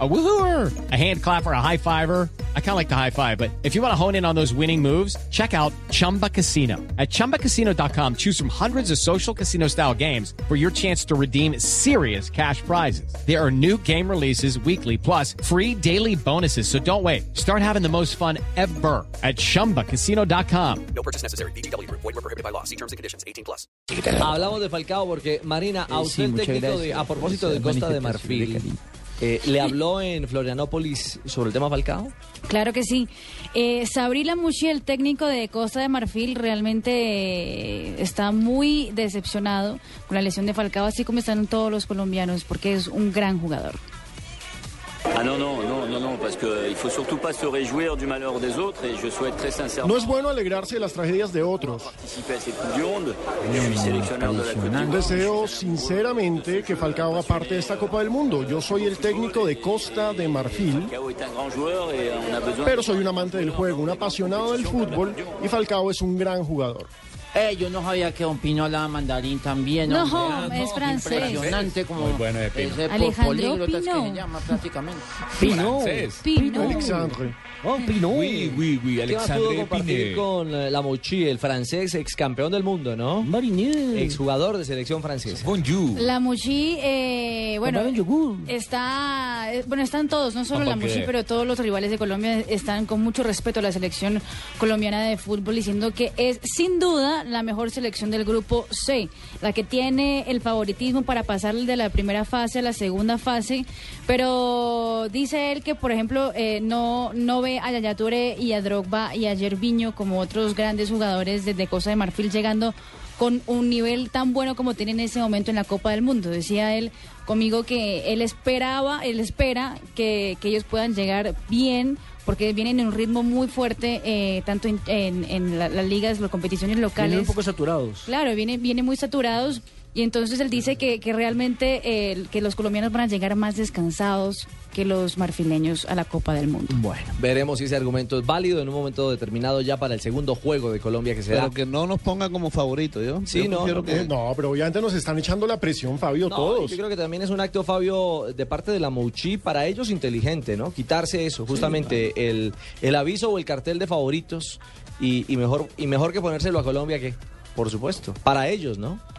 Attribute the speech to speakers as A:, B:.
A: A woohooer, a hand clapper, a high fiver. I kind of like the high five, but if you want to hone in on those winning moves, check out Chumba Casino. At chumbacasino.com, choose from hundreds of social casino style games for your chance to redeem serious cash prizes. There are new game releases weekly, plus free daily bonuses. So don't wait. Start having the most fun ever at chumbacasino.com.
B: No purchase necessary. BGW. Void were prohibited by law. See terms and conditions. 18 plus.
C: Hablamos de Falcao porque Marina, a usted
D: Eh, muchas
C: técnico
D: gracias
C: de- a
D: por
C: propósito de
D: esa
C: Costa de
D: manifestación de
C: Marfil,
D: cariño.
C: eh, ¿le habló en Florianópolis sobre el tema Falcao?
E: Claro que sí. Eh, Sabri Lamushi, el técnico de Costa de Marfil, realmente eh, está muy decepcionado con la lesión de Falcao, así como están todos los colombianos, porque es un gran jugador.
F: Ah non, non, non, non, non, parce qu'il ne faut surtout pas se réjouir du malheur des autres et je souhaite très sincèrement
G: No es bueno alegrarse de las tragedias de otros.
F: participer à cette Coupe du Monde. Je suis sélectionneur de la Coupe du Monde.
G: Deseo sinceramente que Falcao haga parte de esta Copa del Mundo. Yo soy el técnico de Costa de Marfil,
F: Kao est un grand joueur et euh, on a besoin
G: pero soy un amante del juego, un apasionado del fútbol y Falcao es un gran jugador.
D: Eh, yo no sabía que Don Pino hablaba mandarín también.
E: No,
D: hombre. ah,
E: es francés.
D: Impresionante como ese po-
E: Alejandro
D: políglotas que
E: Pino.
D: se llama prácticamente.
E: Pino.
G: Alexandre.
H: Oui, oui, oui,
C: ¿Qué más pudo
H: Alexandre
C: compartir
H: Pinet.
C: con eh, Lamushi, el francés, ex campeón del mundo, ¿no? Exjugador de selección francesa.
H: Bonjour.
E: Lamushi, eh, bueno,
D: Compraron yogur.
E: está, eh, bueno, están todos, no solo
H: Papá,
E: Lamushi,
H: ¿qué?
E: pero todos los rivales de Colombia están con mucho respeto a la selección colombiana de fútbol, diciendo que es sin duda la mejor selección del grupo C, la que tiene el favoritismo para pasar de la primera fase a la segunda fase, pero dice él que, por ejemplo, eh, no, no ve a Yaya Touré y a Drogba y a Gervinho como otros grandes jugadores desde Costa de Marfil llegando con un nivel tan bueno como tiene en ese momento en la Copa del Mundo. Decía él conmigo que él esperaba, él espera que, que ellos puedan llegar bien porque vienen en un ritmo muy fuerte, eh, tanto en, en- en la- las ligas, las competiciones locales.
D: saturados.
E: Claro, vienen viene muy saturados y entonces él dice que, que realmente eh, que los colombianos van a llegar más descansados que los marfileños a la Copa del Mundo.
C: Bueno, veremos si ese argumento es válido en un momento determinado ya para el segundo juego de Colombia que se da.
I: Pero que no nos ponga como favorito, ¿yo?
C: Sí,
I: Yo
C: no,
I: prefiero
C: no,
I: que-
G: No, pero obviamente nos están echando la presión, Fabio,
C: No,
G: todos.
C: Yo creo que también es un acto, Fabio, de parte de la Mouchi, para ellos inteligente, ¿no? Quitarse eso, justamente el, el aviso o el cartel de favoritos y, y mejor, y mejor que ponérselo a Colombia que, por supuesto, para ellos, ¿no?